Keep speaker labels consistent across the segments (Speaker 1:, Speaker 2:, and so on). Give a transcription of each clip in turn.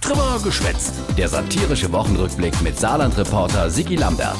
Speaker 1: Trimmer geschwätzt. Der satirische Wochenrückblick mit Saarland-Reporter Sigi Lambert.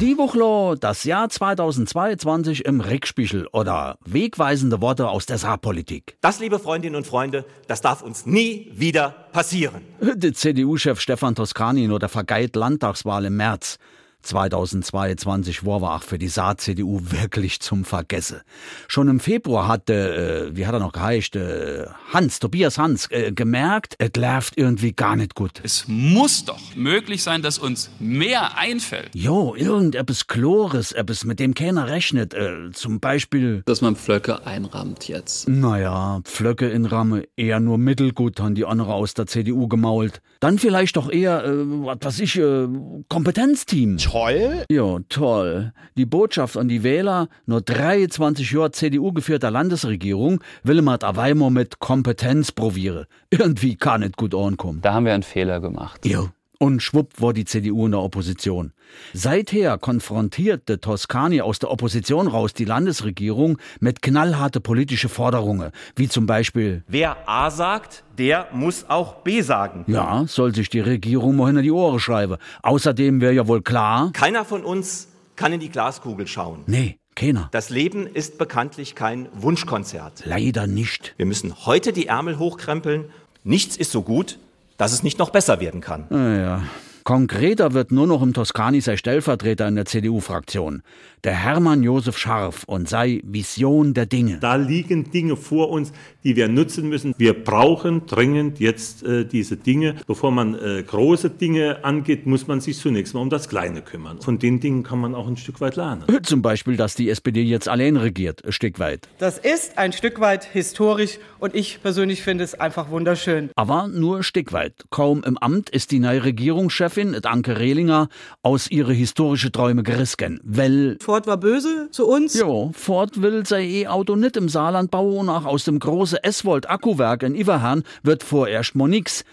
Speaker 2: Die Woche das Jahr 2022 im Rickspiegel oder wegweisende Worte aus der Saarpolitik.
Speaker 3: Das, liebe Freundinnen und Freunde, das darf uns nie wieder passieren.
Speaker 2: Der CDU-Chef Stefan Toscanin oder vergeilt Landtagswahl im März. 2022 war auch für die Saar-CDU wirklich zum Vergessen. Schon im Februar hatte, äh, wie hat er noch geheißt, äh, Hans, Tobias Hans, äh, gemerkt, es läuft irgendwie gar nicht gut.
Speaker 4: Es muss doch möglich sein, dass uns mehr einfällt.
Speaker 2: Jo, irgendetwas Chlores, etwas, mit dem keiner rechnet, äh, zum Beispiel...
Speaker 5: Dass man Pflöcke einrammt jetzt.
Speaker 2: Naja, Pflöcke in Ramme, eher nur mittelgut, haben die andere aus der CDU gemault. Dann vielleicht doch eher, äh, was weiß ich, äh, Kompetenzteam.
Speaker 6: Toll.
Speaker 2: Ja, toll. Die Botschaft an die Wähler, nur 23 Jahre CDU geführter Landesregierung, Willemart Aweimo mit Kompetenz probiere. Irgendwie kann nicht gut ankommen.
Speaker 5: Da haben wir einen Fehler gemacht.
Speaker 2: Ja. Und schwupp war die CDU in der Opposition. Seither konfrontierte Toscani aus der Opposition raus die Landesregierung mit knallharte politische Forderungen, wie zum Beispiel
Speaker 3: Wer A sagt, der muss auch B sagen.
Speaker 2: Ja, soll sich die Regierung mal hinter die Ohren schreiben. Außerdem wäre ja wohl klar
Speaker 3: Keiner von uns kann in die Glaskugel schauen.
Speaker 2: Nee, keiner.
Speaker 3: Das Leben ist bekanntlich kein Wunschkonzert.
Speaker 2: Leider nicht.
Speaker 3: Wir müssen heute die Ärmel hochkrempeln. Nichts ist so gut, dass es nicht noch besser werden kann.
Speaker 2: Naja. Konkreter wird nur noch im Toscani sein Stellvertreter in der CDU-Fraktion, der Hermann Josef Scharf und sei Vision der Dinge.
Speaker 7: Da liegen Dinge vor uns, die wir nutzen müssen. Wir brauchen dringend jetzt äh, diese Dinge. Bevor man äh, große Dinge angeht, muss man sich zunächst mal um das Kleine kümmern. Von den Dingen kann man auch ein Stück weit lernen.
Speaker 2: Zum Beispiel, dass die SPD jetzt allein regiert, ein Stück weit.
Speaker 8: Das ist ein Stück weit historisch und ich persönlich finde es einfach wunderschön.
Speaker 2: Aber nur ein Stück weit. Kaum im Amt ist die neue Regierungschefin, Anke Rehlinger, aus ihre historische Träume gerissen. Well,
Speaker 8: Ford war böse zu uns.
Speaker 2: jo, Ford will sein E-Auto nicht im Saarland bauen und auch aus dem großen Eswold-Akkuwerk in Iverhahn wird vorerst mal nix.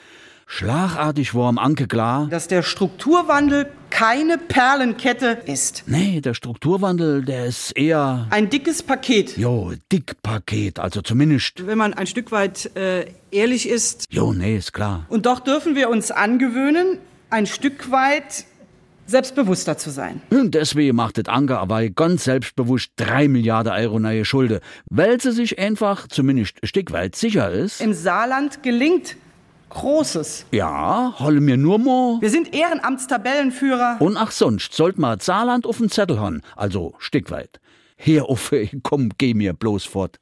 Speaker 2: Schlagartig war am Anke klar,
Speaker 8: Dass der Strukturwandel keine Perlenkette ist.
Speaker 2: nee, der Strukturwandel, der ist eher,
Speaker 8: Ein dickes Paket.
Speaker 2: jo, Dickpaket, also zumindest,
Speaker 8: Wenn man ein Stück weit äh, ehrlich ist.
Speaker 2: jo, nee, ist klar.
Speaker 8: Und doch dürfen wir uns angewöhnen, ein Stück weit selbstbewusster zu sein.
Speaker 2: Und Hm, deswegen macht das Anker aber ganz selbstbewusst 3 Milliarden Euro neue Schulden, weil sie sich einfach, zumindest ein Stück weit, sicher ist.
Speaker 8: Im Saarland gelingt Großes.
Speaker 2: Ja, holle mir nur mal.
Speaker 8: Wir sind Ehrenamtstabellenführer.
Speaker 2: Und ach sonst, sollt mal Saarland auf den Zettel haben, also ein Stück weit. Hier, Uffe, komm, geh mir bloß fort.